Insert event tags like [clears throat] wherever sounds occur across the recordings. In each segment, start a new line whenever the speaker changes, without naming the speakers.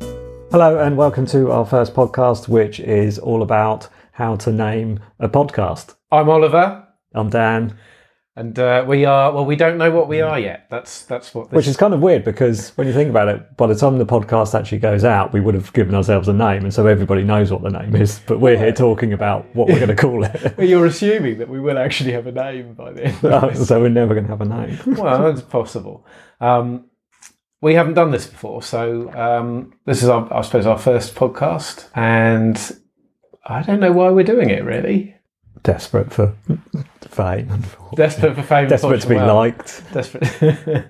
Hello, and welcome to our first podcast, which is all about how to name a podcast.
I'm Oliver,
I'm Dan,
and uh, we are well. We don't know what we are yet. That's that's what. This,
which is kind of weird because when you think about it, by the time the podcast actually goes out, we would have given ourselves a name, and so everybody knows what the name is. But we're here talking about what we're going to call [laughs] it,
Well, you're assuming that we will actually have a name by then.
[laughs] so we're never going to have a name.
[laughs] well, that's possible. Um, we haven't done this before, so um, this is, our, I suppose, our first podcast, and I don't know why we're doing it. Really,
Desperate for fame, and for-
desperate for fame,
desperate to be
well.
liked.
Desperate.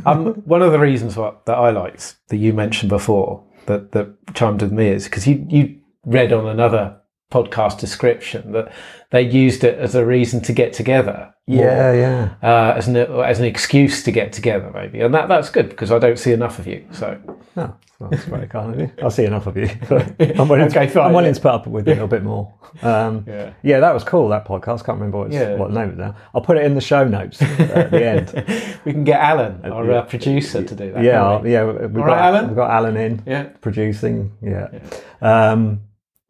[laughs] um, one of the reasons what, that I liked that you mentioned before that that chimed with me is because you you read on another podcast description that they used it as a reason to get together. more,
Yeah, yeah.
Uh, as an as an excuse to get together, maybe, and that that's good because I don't see enough of you. So
No, Oh, that's very kind of you. I see enough of you. but [laughs] I'm willing,
Okay,
to,
fine,
I'm willing
yeah.
to put up with it a little bit more. Um,
yeah,
Yeah, that was cool. That podcast. Can't remember what, it's,
Yeah.
what the name is now. I'll put it in the show notes at
[laughs]
the end.
we can get Alan, our
yeah.
uh, producer, to do that.
yeah,
can't
I'll-
we?
yeah. We've got,
All right, Alan?
we've got Alan in
yeah.
producing. Yeah. Um,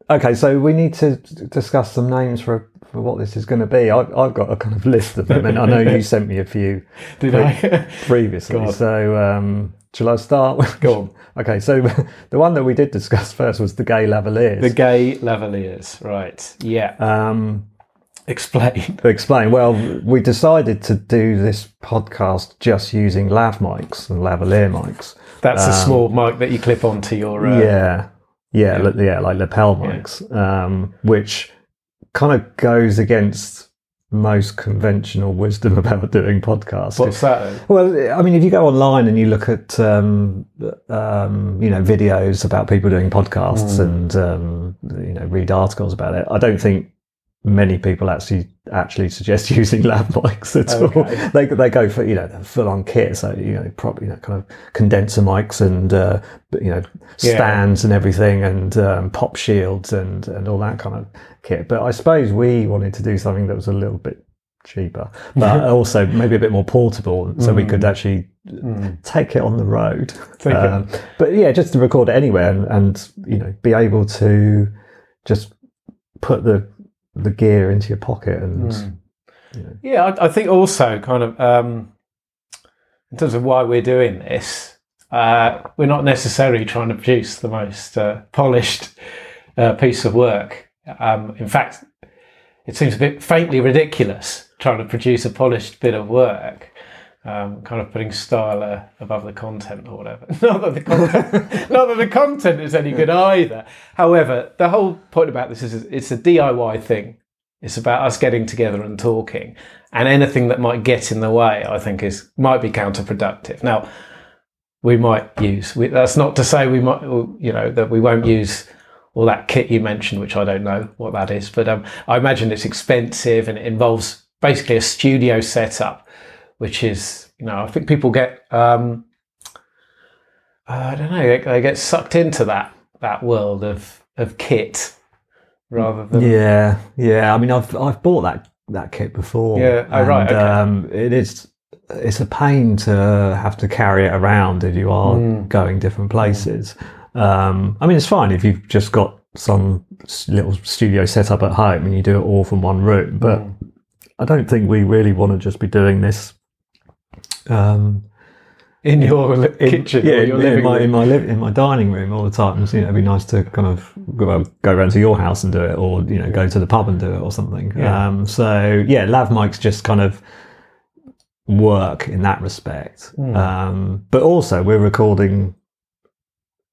okay, so we need to d- discuss some names for for what this is going to be. I, I've got a kind of list of them, and I know
[laughs]
you sent me a few
Did [laughs] I?
previously.
God.
So um, shall I start? with-
Go on.
[laughs] okay, so the one that we did discuss first was the Gay Lavaliers.
the gay lavaliers, right? Yeah.
um,
Explain. [laughs]
explain. Well, we decided to do this podcast just using lav mics and lavalier mics.
That's a small mic that you clip onto your. Uh,
Um, yeah, yeah, li- yeah, like lapel mics, um, which kind of goes against most conventional wisdom [laughs] about doing podcasts.
What's that? Then?
Well, I mean, if you go online and you look at um, um, you know videos about people doing podcasts and um, you know read articles about it, I don't think many people actually actually suggest [laughs] using lab mics at all.
Okay.
They they go for you know full on kit, so you know probably you know, kind of condenser mics and uh, you know
Yeah.
stands and everything and um, pop shields and and all that kind of kit. But I suppose we wanted to do something that was a little bit cheaper,
[laughs]
but also maybe a bit more portable, so we could actually take it on the road.
Mm.
Um,
Take it.
but yeah, just to record it anywhere and, and you know be able to just put the the gear into your pocket
Mm.
and
Yeah, I, I think also kind of um, in terms of why we're doing this, uh, we're not necessarily trying to produce the most uh, polished uh, piece of work. Um, in fact, it seems a bit faintly ridiculous trying to produce a polished bit of work. Um, kind of putting style uh, above the content or whatever. [laughs] Not that the content, not that the content is any good either. However, the whole point about this is it's a DIY thing. It's about us getting together and talking, and anything that might get in the way, I think, is might be counterproductive. Now, we might use. We, that's not to say we might, oh, you know, that we won't use all that kit you mentioned, which I don't know what that is, but um, I imagine it's expensive and it involves basically a studio setup, which is, you know, I think people get, um, I don't know, they, they get sucked into that that world of of kit rather than
Yeah, yeah. I mean, I've I've bought that that kit before.
Yeah. Oh, right,
and,
okay.
Um, it is it's a pain to have to carry it around if you are
Hmm.
going different places. Um, I mean, it's fine if you've just got some s- little studio setup at home and you do it all from one room. But
Hmm.
I don't think we really want to just be doing this. Um,
in your li-
[laughs] in-
kitchen
yeah,
or
in-
your
yeah,
living
in my in
room.
my, li- in my dining room all the time. So, you know, it'd be nice to kind of go, go around to your house and do it, or you know, go to the pub and do it, or something.
Yeah.
Um, so yeah, lav mics just kind of work in that respect.
Hmm.
Um, but also, we're recording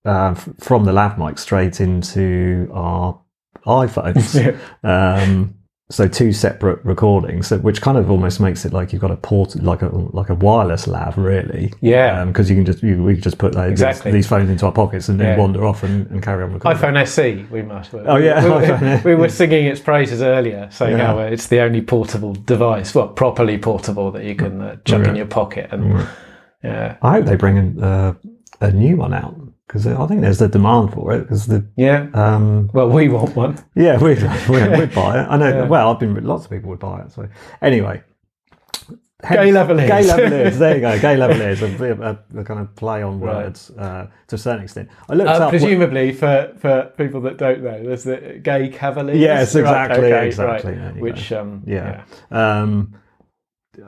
uh, f- from the lav mic straight into our iPhones.
[laughs] Yeah.
Um, so two separate recordings, so- which kind of almost makes it like you've got a port, like a like a wireless lav, really.
Yeah.
because you can just you, we can just put those,
Exactly.
these, phones into our pockets and then
Yeah.
wander off and, and carry on recording.
iPhone SE, we might.
Oh, yeah, [laughs]
we,
iPhone,
we were singing its praises earlier, saying
Yeah.
how uh, it's the only portable device, well, properly portable that you can uh, chuck in
Yeah.
your pocket, and yeah,
I hope they bring an, uh, a new one out because I think there's the demand for it. Because the
yeah.
um,
Well, we want one.
yeah, [laughs]
[laughs]
we we would buy it. I know. Well, I've been lots of people would buy it. So anyway,
Gay Lavaliers.
Gay Lavaliers. There you go. Gay
[laughs]
Lavaliers. A, a, a kind of play on
Right.
words uh, to a certain extent. I looked
Uh,
up. what-
presumably, for, for people that don't know, there's the gay cavaliers.
Yes,
Right,
exactly,
okay,
exactly.
right.
There you
Which, um,
Yeah. Um,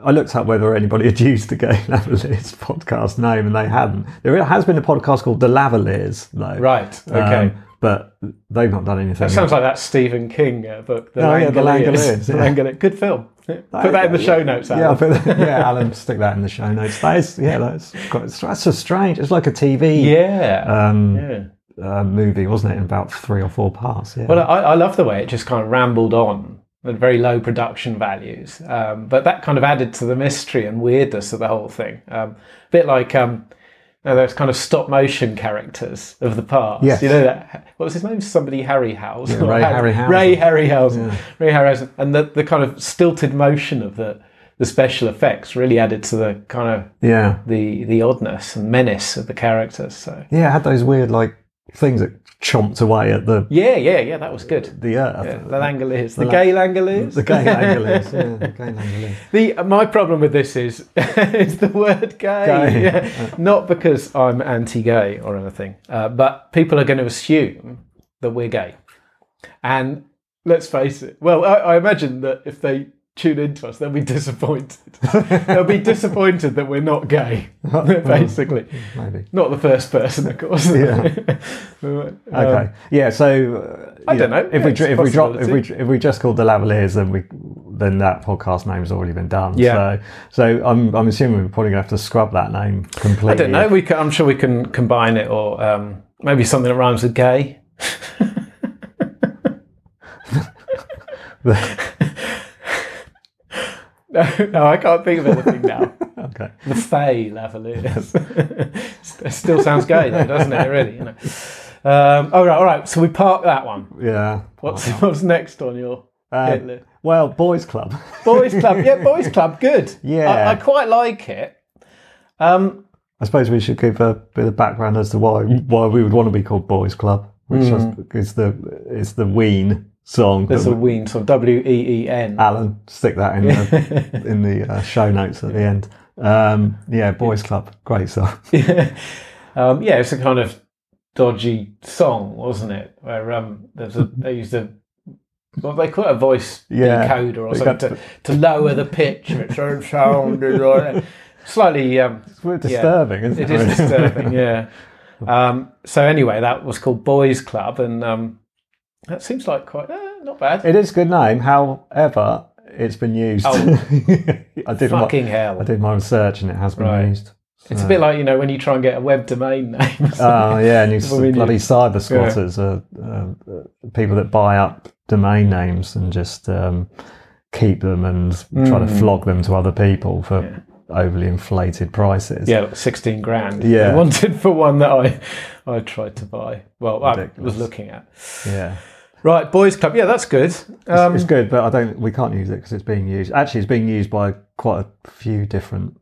I looked up whether anybody had used the Gay Lavaliers podcast name, and they hadn't. There has been a podcast called The Lavaliers, though.
yeah. right.
Um,
Okay,
but they've not done anything.
that sounds like that Stephen King uh, book. The
Oh, yeah, The Langoliers,
The
yeah.
Langoliers. Good film. Put
There
that in
you
the
go,
show notes.
Yeah, I'll
Alan.
put that- yeah, Alan, stick that in the show notes. That is, yeah, that's quite, that's so strange. It's like a TV
yeah.
um,
yeah.
Uh, movie, wasn't it? In about three or four parts. Yeah.
Well, uh, I, I love the way it just kind of rambled on at very low production values, um, but that kind of added to the mystery and weirdness of the whole thing. Um, a bit like um, you know, those kind of stop motion characters of the past.
Yes.
You know that what was his name? Somebody Harryhausen.
Yeah, Ray
[laughs]
Harryhausen.
Ray Harryhausen.
Yeah.
Ray Harryhausen, and the the kind of stilted motion of the the special effects really added to the kind of
yeah.
the the oddness and menace of the characters. So
Yeah, it had those weird like things that chomped away at the
yeah, yeah, yeah, that was good.
the earth.
The Langoliers, the,
Lang-
gay Langoliers,
The gay Langoliers. Yeah, the gay Langoliers.
The my problem with this is [laughs] is the word gay.
Gay.
[laughs] Yeah. Not because I'm anti-gay or anything, uh, but people are going to assume that we're gay. And let's face it. Well, I, I imagine that if they tune into us, they'll be disappointed. [laughs]
[laughs]
they'll be disappointed that we're not gay. [laughs] basically,
Maybe.
not the first person, of course.
Yeah.
[laughs] Um,
Okay. yeah. So uh,
I
yeah,
don't know.
If we
Yeah, it's
dr-
a
if we drop if we
possibility.
if we just called the Lavaliers, then we then that podcast name's already been done.
Yeah.
So so I'm I'm assuming we're probably gonna have to scrub that name completely.
I don't know. We can, I'm sure we can combine it, or um, maybe something that rhymes
[laughs]
with gay. No, no, I can't think of anything now.
okay.
The Fay Lavaliers. it still sounds gay, though, doesn't it? Really, you know. Um, all right, all right. So we park that one.
Yeah.
What's what's next on your
Uh,
hit list?
well, boys club. [laughs]
Boys Club? Yeah, Boys Club. Good.
Yeah.
I, I quite like it. Um,
I suppose we should give a bit of background as to why why we would want to be called boys club, which is, is the is the Ween song.
there's
that
Hmm. a Ween song. W E E N.
Alan, stick that in
[laughs]
the in the uh, show notes at the end. Um, yeah, boys club, great song.
[laughs] um, yeah, it's a kind of dodgy song, wasn't it? Where um, there's
[laughs]
a they used a what they call it, a voice
Yeah.
decoder or
They
something
got
to, to lower the pitch and it sort of sounded like-
[laughs]
slightly. Um,
It's really disturbing, isn't it?
it is
really?
disturbing, yeah. Um, so anyway, that was called Boys Club, and um, that seems like quite eh, not
[laughs]
bad.
It is a good name. However, it's been used.
Oh.
[laughs] I did my,
Fucking hell!
I did my research and it has been
Right.
used.
It's a bit like you know when you try and get a web domain name.
[laughs] Oh yeah, and you
what we
s- bloody
need.
cyber squatters are uh, uh, people that buy up domain names and just um, keep them and try to
Hmm.
flog them to other people for overly inflated prices.
Yeah, like 16 grand.
Yeah.
They wanted for one that I, I tried to buy. Well, I
Ridiculous.
was looking at.
yeah.
Right, Boys Club. Yeah, that's good. Um,
it's good, but I don't. We can't use it because it's being used. Actually, it's being used by quite a few different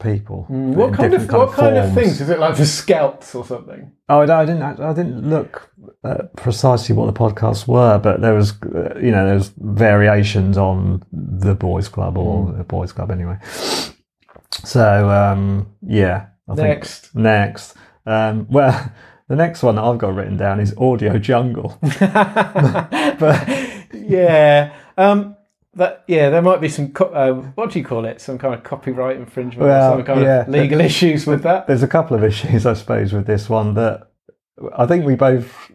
people.
Mm, what
in
kind of,
different
what kind of
forms.
things? Is it like for scouts or something?
Oh, I didn't. I didn't look at precisely what the podcasts were, but there was, uh, you know, there was variations on the boys' club or
Mm.
the boys' club anyway. So um, yeah, I
Next. [laughs]
Think next. Um, well, [laughs] the next one that I've got written down is audio jungle.
yeah. Um, that, yeah, there might be some, co- um, what do you call it? Some kind of copyright infringement
Well,
or some kind
yeah.
of legal issues with that.
There's a couple of issues, I suppose, with this one that I think we both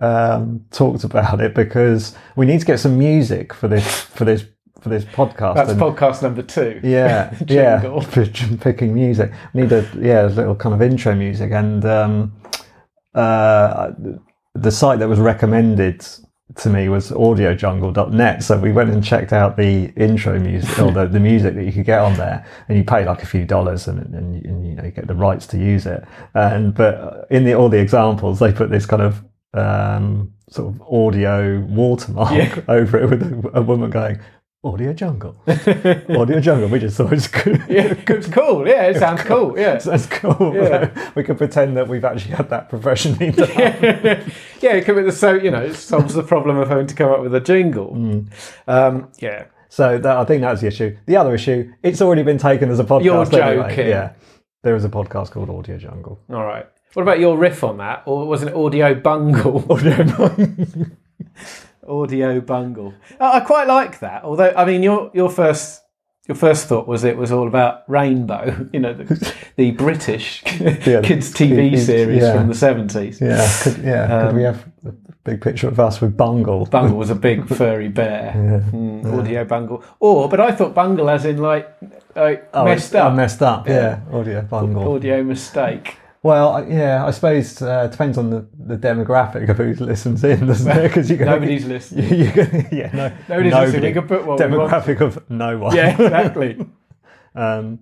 um, talked about it because we need to get some music for this for this for this podcast.
That's
and-
podcast number two.
[laughs]
[laughs]
yeah, yeah, [laughs]
Jingle.
p- picking music. Need a yeah, a little kind of intro music, and um, uh, the site that was recommended to me was audiojungle.net. So we went and checked out the intro music or the, the music that you could get on there, and you pay like a few dollars, and, and, and you know you get the rights to use it. And but in the all the examples, they put this kind of um, sort of audio watermark
Yeah.
[laughs] over it with a, a woman going. Audio
[laughs]
jungle. Audio Jungle, we just thought it was good.
Yeah, [laughs] it's cool. Yeah, it sounds cool.
[laughs]
Yeah.
That's cool.
Yeah.
[laughs] We could pretend that we've actually had that
[laughs]
professionally done. Hmm.
yeah, it could be the so you know it solves the problem of having to come up with a jingle. Um, yeah,
So that, I think that's the issue. The other issue, it's already been taken as a podcast.
You're
anyway.
joking.
Yeah. There is a podcast called Audio Jungle.
All right. What about your riff on that? Or was it Audio Bungle?
[laughs]
Audio Bungle. [laughs] audio Bungle. I I quite like that. Although, I mean, your your first your first thought was it was all about Rainbow, [laughs] you know, the, the British [laughs] kids TV
TV,
series
yeah.
from the seventies.
Yeah. Could, yeah.
Um,
could we have a big picture of us with Bungle?
Bungle was a big
[laughs]
furry bear. Mm, Audio Bungle. Or, but I thought Bungle as in like, like
Oh,
messed
it's- oh,
up.
messed up. Yeah. Audio Bungle.
Audio [laughs] mistake.
Well, I- yeah, I suppose uh, it depends on the, the demographic of who listens in, doesn't it? Because you
Nobody's
[laughs]
listening.
you can, yeah, no,
Nobody's listening. We could put what we want.
demographic of no one.
Yeah, exactly.
[laughs] Um,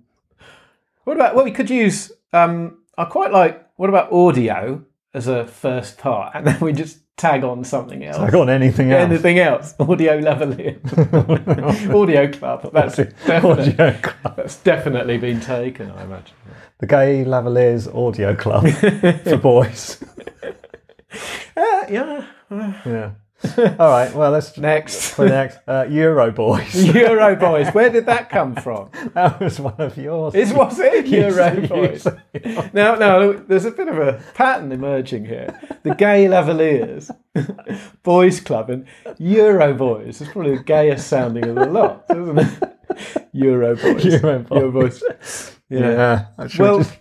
What about well, we could use. Um, I quite like. What about audio as a first part, and then we just tag on something else.
I got anything else.
Anything else? [laughs] Audio [laughs] Lavalier, Audio Club. [laughs] That's definitely,
[laughs] Audio Club.
that's definitely been taken. I imagine.
The Gay Lavaliers Audio
[laughs]
Club for boys.
Uh, yeah.
Yeah. All right. Well,
[laughs]
let's
Next,
for next uh, Euro
[laughs]
Boys. [laughs]
Euro Boys. Where did that come from?
That was one of yours. [laughs]
Is was [laughs] it Euro
You-
Boys? Now, now, look, there's a bit of a pattern emerging here. The Gay Lavaliers, [laughs] Boys Club, and Euro Boys. It's probably the gayest sounding of the lot, isn't it? Euro Boys.
[laughs] Euro Boys.
Yeah.
Yeah. Should,
Well-
we just,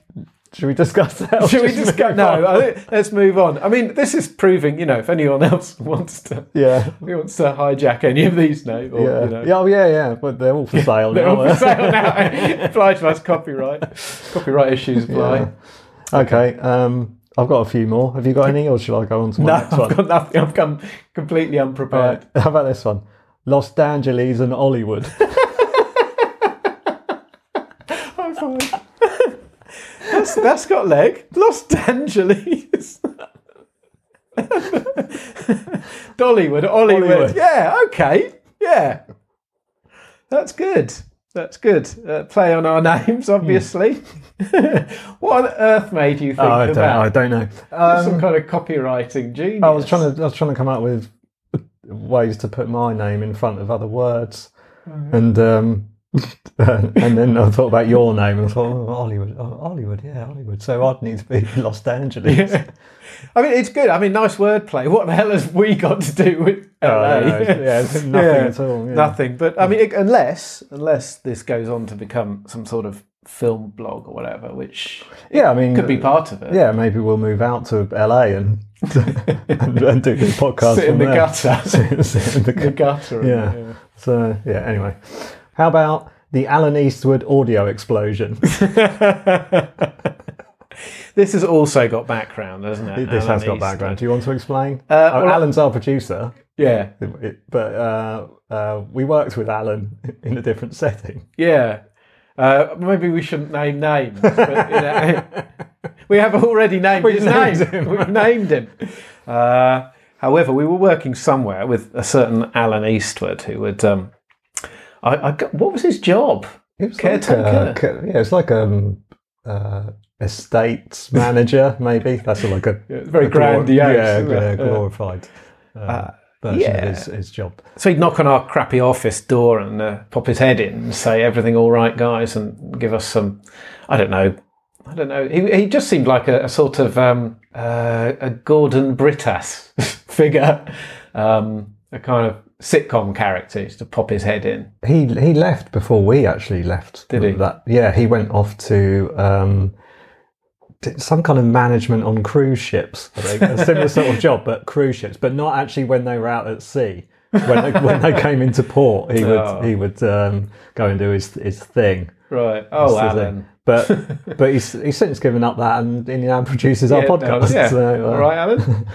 should we discuss that? or
[laughs]
[laughs]
Should we
just
just go?
move
No,
on?
I think, let's move on. I mean, this is proving, you know, if anyone else [laughs] wants to
[laughs] Yeah.
wants to hijack any of these now, or,
Yeah.
you know,
yeah, oh, yeah, yeah. But they're all for sale
they're
now.
all for sale now. [laughs] apply to us copyright.
[laughs]
Copyright issues apply.
Yeah. Okay. Um, I've got a few more. Have you got any, or shall I go on to my
No,
next one?
I've got nothing. I've come completely unprepared.
Right, How about this one? Los Angeles and
[laughs]
Hollywood.
That's, that's got leg. Los Angeles. Dollywood, Hollywood.
Hollywood.
Yeah, okay. Yeah. That's good. That's good. Uh, play on our [laughs] names, obviously. what on earth made you think
Hmm. Oh, I
of
don't.
that?
I don't know. Um,
Some kind of copywriting genius.
I was trying to. I was trying to come up with ways to put my name in front of other words, and um, [laughs] and then I thought about your name and I thought oh, Hollywood, oh, Hollywood, yeah, Hollywood. So I'd need to be Los Angeles. [laughs]
[laughs] I mean, it's good. I mean, nice wordplay. What the hell has we got to do with LA?
Oh, yeah, it's- yeah, nothing
Yeah.
at all. yeah.
Nothing, but I mean, it, unless unless this goes on to become some sort of film blog or whatever, which
Yeah, I mean, uh,
could be part of it.
yeah, maybe we'll move out to LA and [laughs] and, and do the podcast
sit in
from
the
there.
gutter,
[laughs] Sit in the
[laughs] the
gut.
gutter. and-
Yeah. So yeah. Anyway, how about the Alan Eastwood audio explosion?
[laughs] This has also got background, hasn't it?
this has
Alan
got
East?
background. Do you want to explain?
Uh,
oh,
well,
Alan's our producer,
Yeah,
it- but uh, uh, we worked with Alan [laughs] in a different setting.
yeah. Uh, maybe we shouldn't name names. But, you know, [laughs] we have already named
We've
his
named
name.
him.
We've named him. Uh, however, we were working somewhere with a certain Alan Eastwood, who would. Um, I, I got, what was his job?
It was
Caretaker.
Like a, ca- yeah, it's like um, uh,
[laughs]
estate manager, maybe. That's like a
it's [laughs] very
a glor-
grandiose,
yeah,
isn't it?
gl- glorified uh, version
yeah.
of his, his job.
So he'd knock on our crappy office door and uh, pop his head in and say, "Everything all right, guys?" and give us some. I don't know. I don't know. He, he just seemed like a, a sort of um, uh, a Gordon Britas [laughs] figure, um, a kind of sitcom character used to pop his head in.
He he left before we actually left.
Did he?
That yeah, he went off to um, did some kind of management on cruise ships. I think. A similar sort of job, but cruise ships, but not actually when they were out at sea. When they, when they came into port, he
Oh.
would he would um, go and do his his thing.
Right. Oh,
his
Alan.
thing. But but he's he's since given up that and he now produces our
Yeah, no,
podcast.
yeah.
So, uh,
All right,
[laughs]
Alan.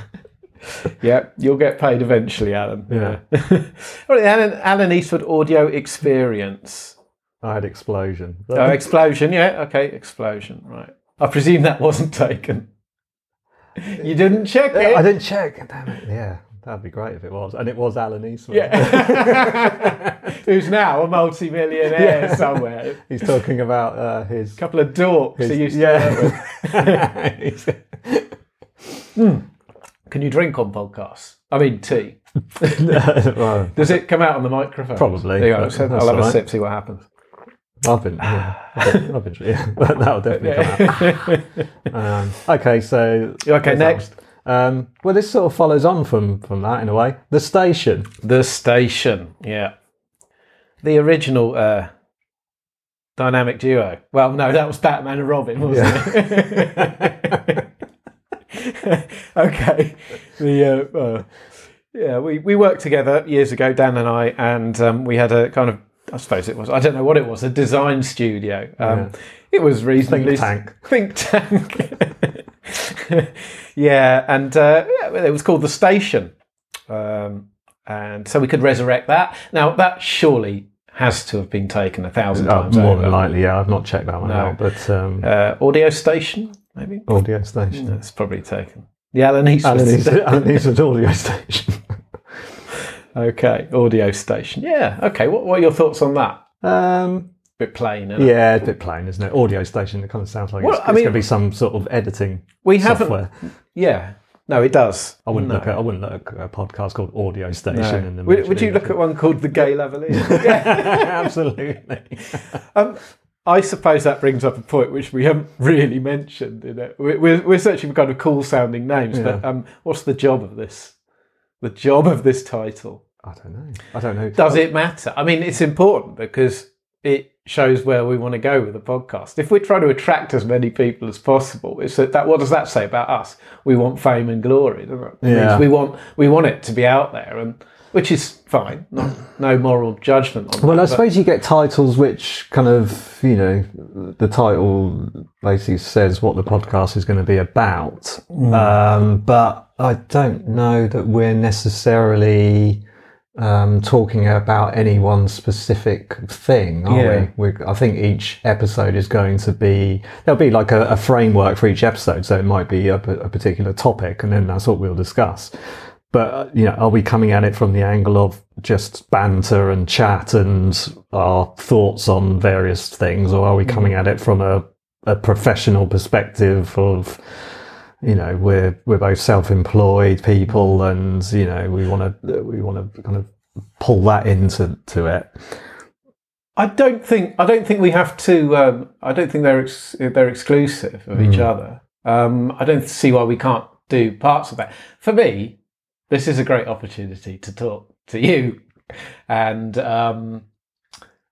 yeah, you'll get paid eventually, Alan.
Yeah.
[laughs] All right, Alan, Alan Eastwood audio experience.
I had explosion.
Oh, explosion. Yeah. Okay, explosion. Right. I presume that wasn't taken. You didn't check it.
I didn't check. Damn it. Yeah, that'd be great if it was, and it was Alan Eastwood.
[laughs] Yeah. [laughs] Who's now a multi-millionaire somewhere?
[laughs] He's talking about uh, his [laughs]
[laughs] A couple of dorks who used to. work with.
yeah.
Can you drink on podcasts? I mean tea.
Well,
Does it come out on the microphone?
Probably,
There you go.
but
So I'll
that's
have a
alright.
sip, see what happens.
I've been, yeah, I've been, I've been yeah, [laughs] that'll definitely come out. Um, okay, so
[laughs] okay,
there's that
next.
one. Um, well, this sort of follows on from from that in a way. The
[laughs]
station.
The Station, yeah. The original uh, dynamic duo. Well, no, that was Batman and Robin, wasn't
Oh,
[laughs] it? [laughs] okay. The uh, uh, yeah, we, we worked together years ago, Dan and I, and um, we had a kind of I suppose it was I don't know what it was a design studio. Um, It was reasonably
tank.
Think tank. [laughs] yeah, and uh, yeah, well, it was called the Station. Um, and so we could resurrect that. Now that surely has to have been taken a thousand
Oh,
times
more
over.
than likely, yeah. I've not checked that one
No.
out, but um,
uh, audio station, maybe
audio station.
that's probably taken. The [laughs] Alan Eastwood.
Alan Eastwood, Alan Eastwood audio [laughs] station.
okay, audio station. Yeah. Okay. What, what are your thoughts on that?
Um,
bit plain. isn't it?
yeah, it's a bit plain, isn't it? Audio station. It kind of sounds like
Well,
it's,
I mean-
going to be some sort of editing
We haven't.
software.
Yeah. No, it does.
I wouldn't
No.
look. At, I wouldn't look at a podcast called Audio Station.
No.
And then
Would, would you
mention it.
look at one called the Gay Lavalier? [laughs] yeah.
[laughs] Absolutely.
I suppose that brings up a point which we haven't [laughs] really mentioned. You know, we're, we're, we're searching for kind of cool sounding names, but um, what's the job of this? The job of this title?
I don't know. I don't know.
Does it matter? I mean, it's important because it shows where we want to go with the podcast. If we're trying to attract as many people as possible, it's that, that what does that say about us? We want fame and glory, doesn't it? It means
Yeah.
we want we want it to be out there, and which is fine. Not, no moral judgment on
Well, I
that. but-
suppose you get titles which kind of, you know, the title basically says what the podcast is going to be about. Um, but I don't know that we're necessarily um, talking about any one specific thing, are
Yeah.
we? We're, I think each episode is going to be, there'll be like a, a framework for each episode. So it might be a, p- a particular topic, and then that's what we'll discuss. But uh, you know, are we coming at it from the angle of just banter and chat and our thoughts on various things, or are we coming at it from a, a professional perspective of you know we're we're both self-employed people and you know we want to we want to kind of pull that into to it.
I don't think I don't think we have to. Um, I don't think they're ex- they're exclusive of each other. Um, I don't see why we can't do parts of that. For me, this is a great opportunity to talk to you, and um,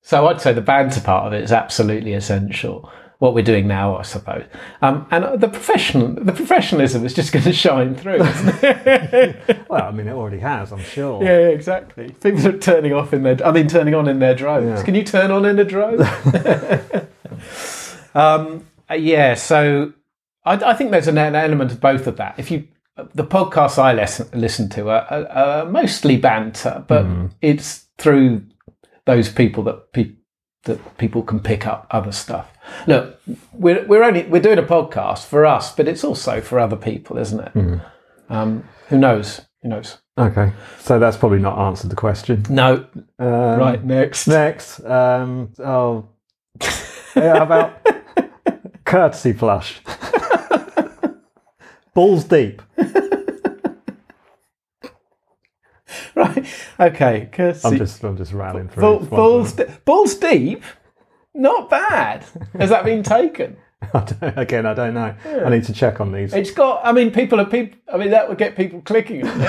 so I'd say the banter part of it is absolutely essential. What we're doing now, I suppose, um, and the professional the professionalism is just going to [laughs] shine through. Isn't it?
Well, I mean, it already has, I'm sure.
Yeah, yeah, exactly. People are turning off in their. I mean, turning on in their drones.
Yeah.
Can you turn on in a drone? um, uh, yeah. So I, I think there's an, an element of both of that. If you the podcasts I listen listen to are, are, are mostly banter, but it's through those people that pe- that people can pick up other stuff. Look, we're we're only we're doing a podcast for us, but it's also for other people, isn't it? Um, who knows? Who knows?
Okay, so that's probably not answered the question.
No,
Um,
Right, next.
Next, um, oh, [laughs] yeah, how about courtesy flush? [laughs] Balls deep.
[laughs] Right. Okay.
I'm
Kirsty.
just, I'm just rattling through.
Ball,
It's one
balls, de- balls deep? Not bad. Has that been taken?
of- [laughs] I don't- Again, I don't know. I need to check on these.
It's got, I mean, people are people, I mean, that would get people clicking on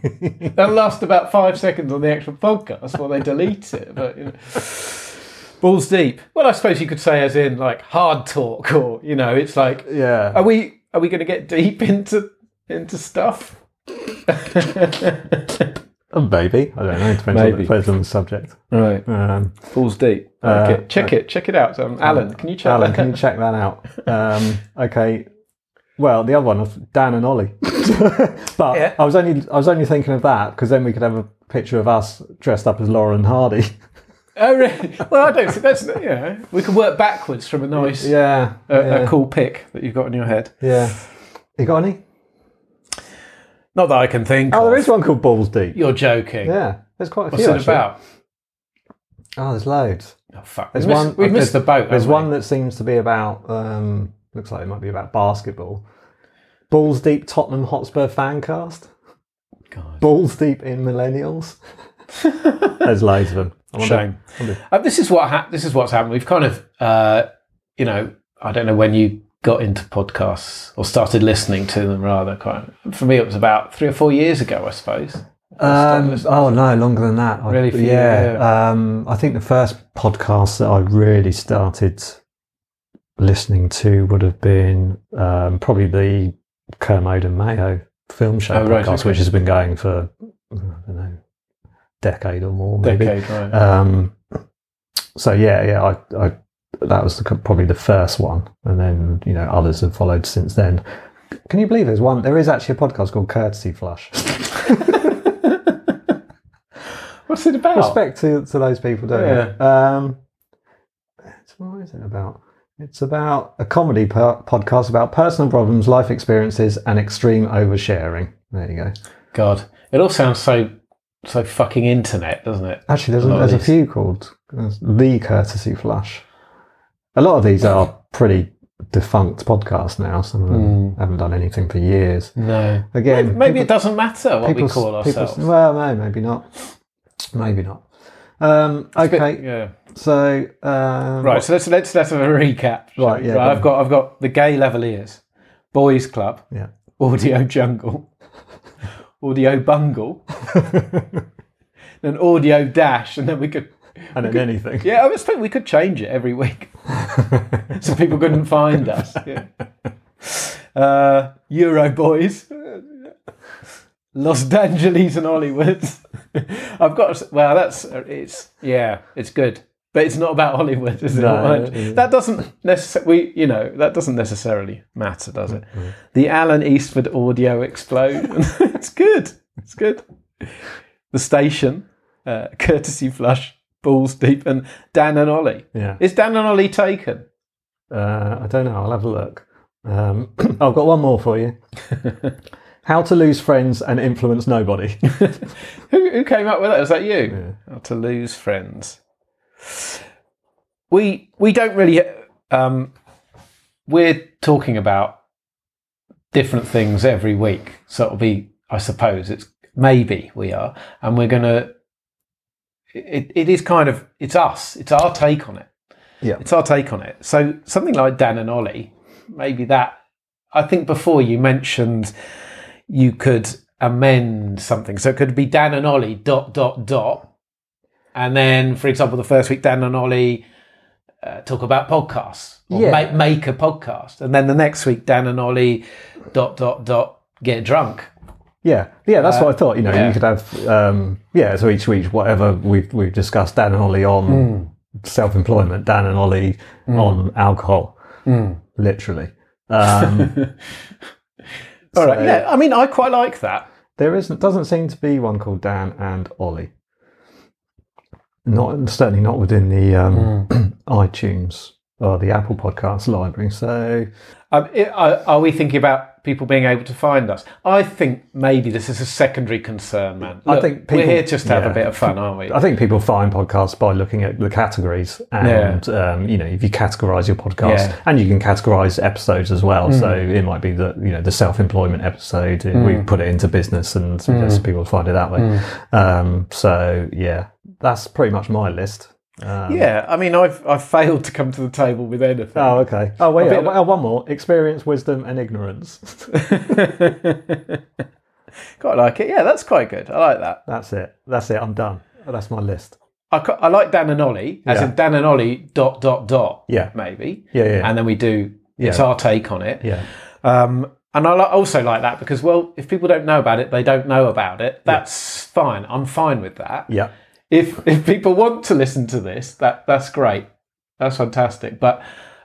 it.
[laughs]
They'll last about five seconds on the actual podcast while they delete it. But, you know. Balls deep. Well, I suppose you could say, as in, like, hard talk, or, you know, it's like,
Yeah.
are we are we going to get deep into into stuff?
Oh, maybe. I don't know. Depends, On,
Maybe.
the, depends on the subject.
Right.
Um,
Balls deep.
Uh,
okay. Check it. Check it out. Um, Alan, can you check
Alan,
that
can you check that out?
[laughs]
Um, okay. Well, the other one was Dan and Ollie. [laughs] but
Yeah.
I was only I was only thinking of that because then we could have a picture of us dressed up as Laura and
[laughs]
Hardy.
Oh, really? Well, I don't see that's, you know, we can work backwards from a
[laughs]
nice,
yeah.
a,
yeah.
a Uh, cool pick that you've got in your head.
Yeah. You got any?
Not that I can think
Oh,
of.
there is one called Balls Deep.
You're joking.
Yeah, there's quite a
What's
few.
it
actually.
about?
Oh, there's loads.
Oh, fuck.
There's
we've
one.
missed, we've
there's-
missed the boat.
There's
haven't we?
one that seems to be about. Um, looks like it might be about basketball. Balls Deep Tottenham Hotspur fan cast.
God.
balls deep in millennials. [laughs] There's loads of them. I wonder-
Shame.
wonder-
Uh, this is what ha- this is what's happened. We've kind of, uh, you know, I don't know when you got into podcasts or started listening to them. Rather, kind of, for me, it was about three or four years ago, I suppose.
Um, oh no, longer than that. I-
Really few,
yeah. Um, I think the first podcast that I really started listening to would have been um, probably the Kermode and Mayo film show
Oh, right,
podcast,
okay.
which has been going for I don't know, decade or more, maybe.
Decade, right?
Um, so yeah, yeah, I, I that was the, probably the first one, and then you know others have followed since then. Can you believe there's one? There is actually a podcast called Courtesy Flush. [laughs]
[laughs] What's it about?
respect to, to those people doing it. Um, it's- what is it about? It's about a comedy po- podcast about personal problems, life experiences, and extreme oversharing. There you go.
God, it all sounds so so fucking internet, doesn't it?
Actually, there's a,
lot of
there's a
these.
few called there's the Courtesy Flush. A lot of these are pretty defunct podcasts now. Some of them haven't done anything for years.
No.
Again,
Hmm. Maybe
people-
it doesn't matter what we
people-
call
people-
ourselves.
Well, no, maybe not. Maybe not. Um, okay,
Yeah.
so um,
Right. So let's let's let's have a recap. shall
Right,
we?
yeah, go
I've got I've got the Gay Lavaliers, Boys Club,
Yeah. [laughs]
Audio Jungle, [laughs] Audio Bungle, then Audio Dash, and then we could.
and in
[laughs]
anything.
Yeah, I was thinking we could change it every week, [laughs] so people couldn't find us. Yeah. Uh, Euro Boys, Los [laughs] Angeles and Hollywood. [laughs] I've got. to s- Well, that's uh, it's yeah, it's good, but it's not about [laughs] Hollywood, is it?
No,
Not much.
it isn't.
that doesn't necessarily. You know, that doesn't necessarily matter, does it?
Mm-hmm.
The Alan Eastwood audio explosion. [laughs] it's good. It's good. The station, uh, [laughs] courtesy flush, balls deep, and Dan and Ollie.
Yeah.
Is Dan and Ollie taken?
Uh, I don't know. I'll have a look. Um, [clears throat] I've got one more for you. How to lose friends and influence nobody. [laughs]
Who, who came up with that? Was that you?
Yeah.
How to lose friends. We we don't really. Um, we're talking about different things every week, so it'll be. I suppose it's maybe we are, and we're gonna. It, it is kind of it's us. It's our take on it.
Yeah.
it's our take on it. So something like Dan and Ollie, maybe that. I think before you mentioned you could amend something. So it could be Dan and Ollie dot dot dot, and then for example, the first week Dan and Ollie uh, talk about podcasts or
Yeah.
make, make a podcast, and then the next week Dan and Ollie dot dot dot get drunk.
Yeah, yeah, that's what I thought. You know,
yeah.
you could have um, yeah. So each week, whatever we've we've discussed, Dan and Ollie on self-employment, Dan and Ollie on alcohol, literally. Um,
All right,
So-
yeah. I mean, I quite like that.
there isn't doesn't seem to be one called Dan and Ollie. Not certainly not within the um, [clears throat] iTunes or the Apple Podcast library. So
Um, i are, are we thinking about people being able to find us? I think maybe this is a secondary concern, man.
I
Look,
think
we're
people-
here just to have
yeah.
a bit of fun, aren't we?
I think people find podcasts by looking at the categories, and um, you know, if you categorize your podcast,
Yeah.
and you can categorize episodes as well. So it might be that you know the self-employment episode uh, we put it into business, and so just people find it that way. Um, so yeah, that's pretty much my list. Um,
[laughs] Yeah, I mean, I've I've failed to come to the table with anything.
Oh, okay. Oh, wait,
A bit
oh,
like-
oh, one more. Experience, wisdom, and ignorance. [laughs]
quite like it. Yeah, that's quite good. I like that.
That's it. That's it. I'm done. That's my list.
I, cu- I like Dan and Ollie, as
Yeah.
in Dan and Ollie dot dot dot.
Yeah.
maybe.
Yeah, yeah.
And then we do. It's
Yeah.
our take on it.
Yeah.
Um, and I li- also like that because, well, if people don't know about it, they don't know about it. That's fine. I'm fine with that.
Yeah.
if [laughs] if people want to listen to this, that that's great. That's fantastic. But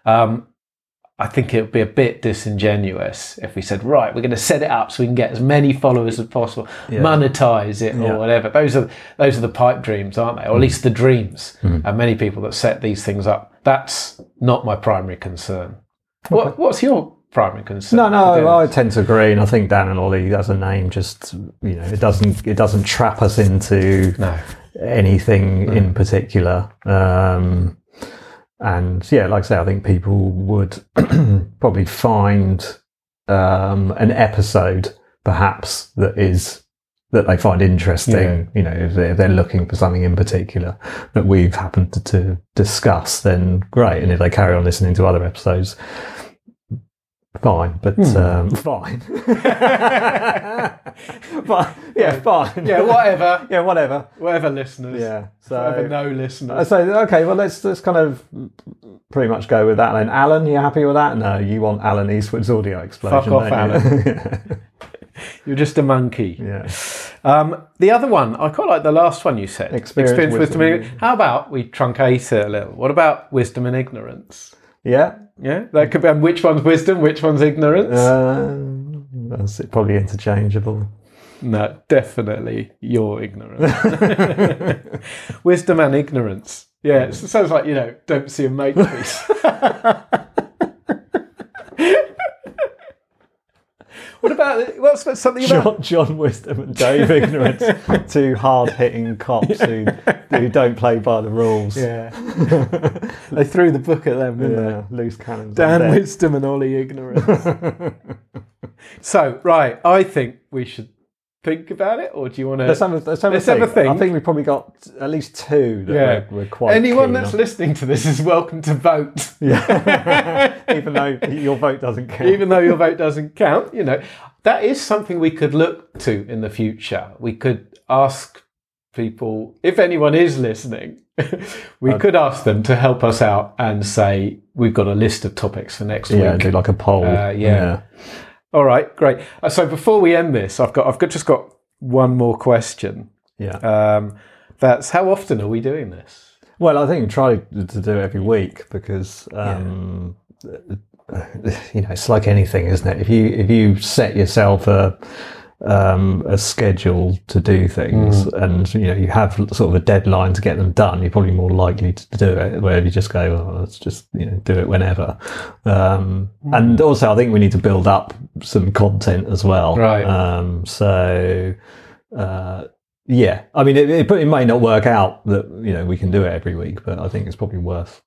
um, I think it would be a bit disingenuous if we said, right, we're going to set it up so we can get as many followers as possible, monetize it
Yeah. Hmm.
or whatever. Those are those are the pipe dreams, aren't they? Or at least the dreams. And many people that set these things up. That's not my primary concern. What what's your primary concern?
No,
for doing
no, I
this?
tend to agree, and I think Dan and Ollie as a name just you know it doesn't it doesn't trap us into
no.
anything in particular. Um, and yeah, like I say, I think people would [clears throat] probably find um, an episode perhaps that is that they find interesting.
Yeah.
You know, if they're, if they're looking for something in particular that we've happened to, to discuss, then great. And if they carry on listening to other episodes, fine. But um, [laughs] fine. but yeah, fine.
Yeah, whatever.
yeah, whatever.
Whatever, listeners.
[laughs] Yeah.
Whatever,
So.
no listeners.
So okay, well let's let's kind of pretty much go with that then. Alan, you happy with that? No, you want Alan Eastwood's audio explosion.
Fuck off,
don't you?
You're just a monkey.
[laughs] yeah.
Um, the other one, I quite like the last one you said.
Experience,
wisdom,
wisdom,
and ignorance. How about we truncate it a little? What about wisdom and ignorance?
Yeah.
Yeah, that could be. And which one's wisdom? Which one's ignorance?
Um, that's it, probably interchangeable.
no, definitely you're ignorant. [laughs] wisdom and ignorance. Yeah, it sounds like you know. Don't see a make face. [laughs] what about what's something
John,
about
John Wisdom and Dave
[laughs]
Ignorance, two hard-hitting cops who, who don't play by the rules. [laughs]
Yeah. they threw the book at them, didn't
Yeah, loose cannons.
they?
out
Dan
there.
Wisdom and
[laughs]
Ollie Ignorance. so, right, I think we should think about it, or do you want
Let's
to.
have a, let's have a
Let's have a
think.
think.
I think we've probably got at least two that
Yeah.
we're, we're quite.
Anyone
keen
that's [laughs]
on.
listening to this is welcome
[laughs]
to vote.
yeah. [laughs] even though your vote doesn't count.
Even though your vote doesn't count, you know, that is something we could look to in the future. We could ask people, if anyone is listening, [laughs] we
Um,
could ask them to help us out and say, we've got a list of topics for next
yeah,
week.
do like a poll.
Uh, yeah. All right, great. Uh, so before we end this, I've got I've got, just got one more question.
yeah.
Um, that's how often are we doing this?
Well, I think we try to do it every week because um, you know it's like anything, isn't it? If you if you set yourself a um, a schedule to do things, and you know you have sort of a deadline to get them done, you're probably more likely to do it. Where if you just go, well, let's just you know do it whenever. Um, And also, I think we need to build up some content as well.
Right.
Um, so. Uh, yeah, I mean, it, it, it may not work out that you know we can do it every week, but I think it's probably worth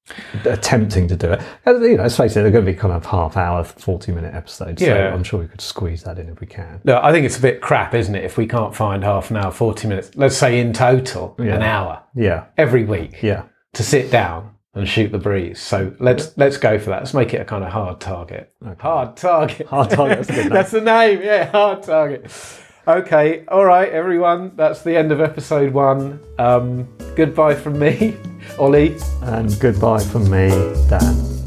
attempting to do it. And, you know, let's face it, they're going to be kind of half-hour, forty-minute episodes.
Yeah.
so I'm sure we could squeeze that in if we can.
No, I think it's a bit crap, isn't it? If we can't find half an hour, forty minutes, let's say in total an hour
Yeah,
every week
yeah,
to sit down and shoot the breeze. So let's let's go for that. Let's make it a kind of hard target. Hard target. [laughs]
Hard target, that's a good name.
That's the name. Yeah, hard target. Okay, all right, everyone. That's the end of episode one. Um, goodbye from me, [laughs] Ollie.
and goodbye from me, Dan.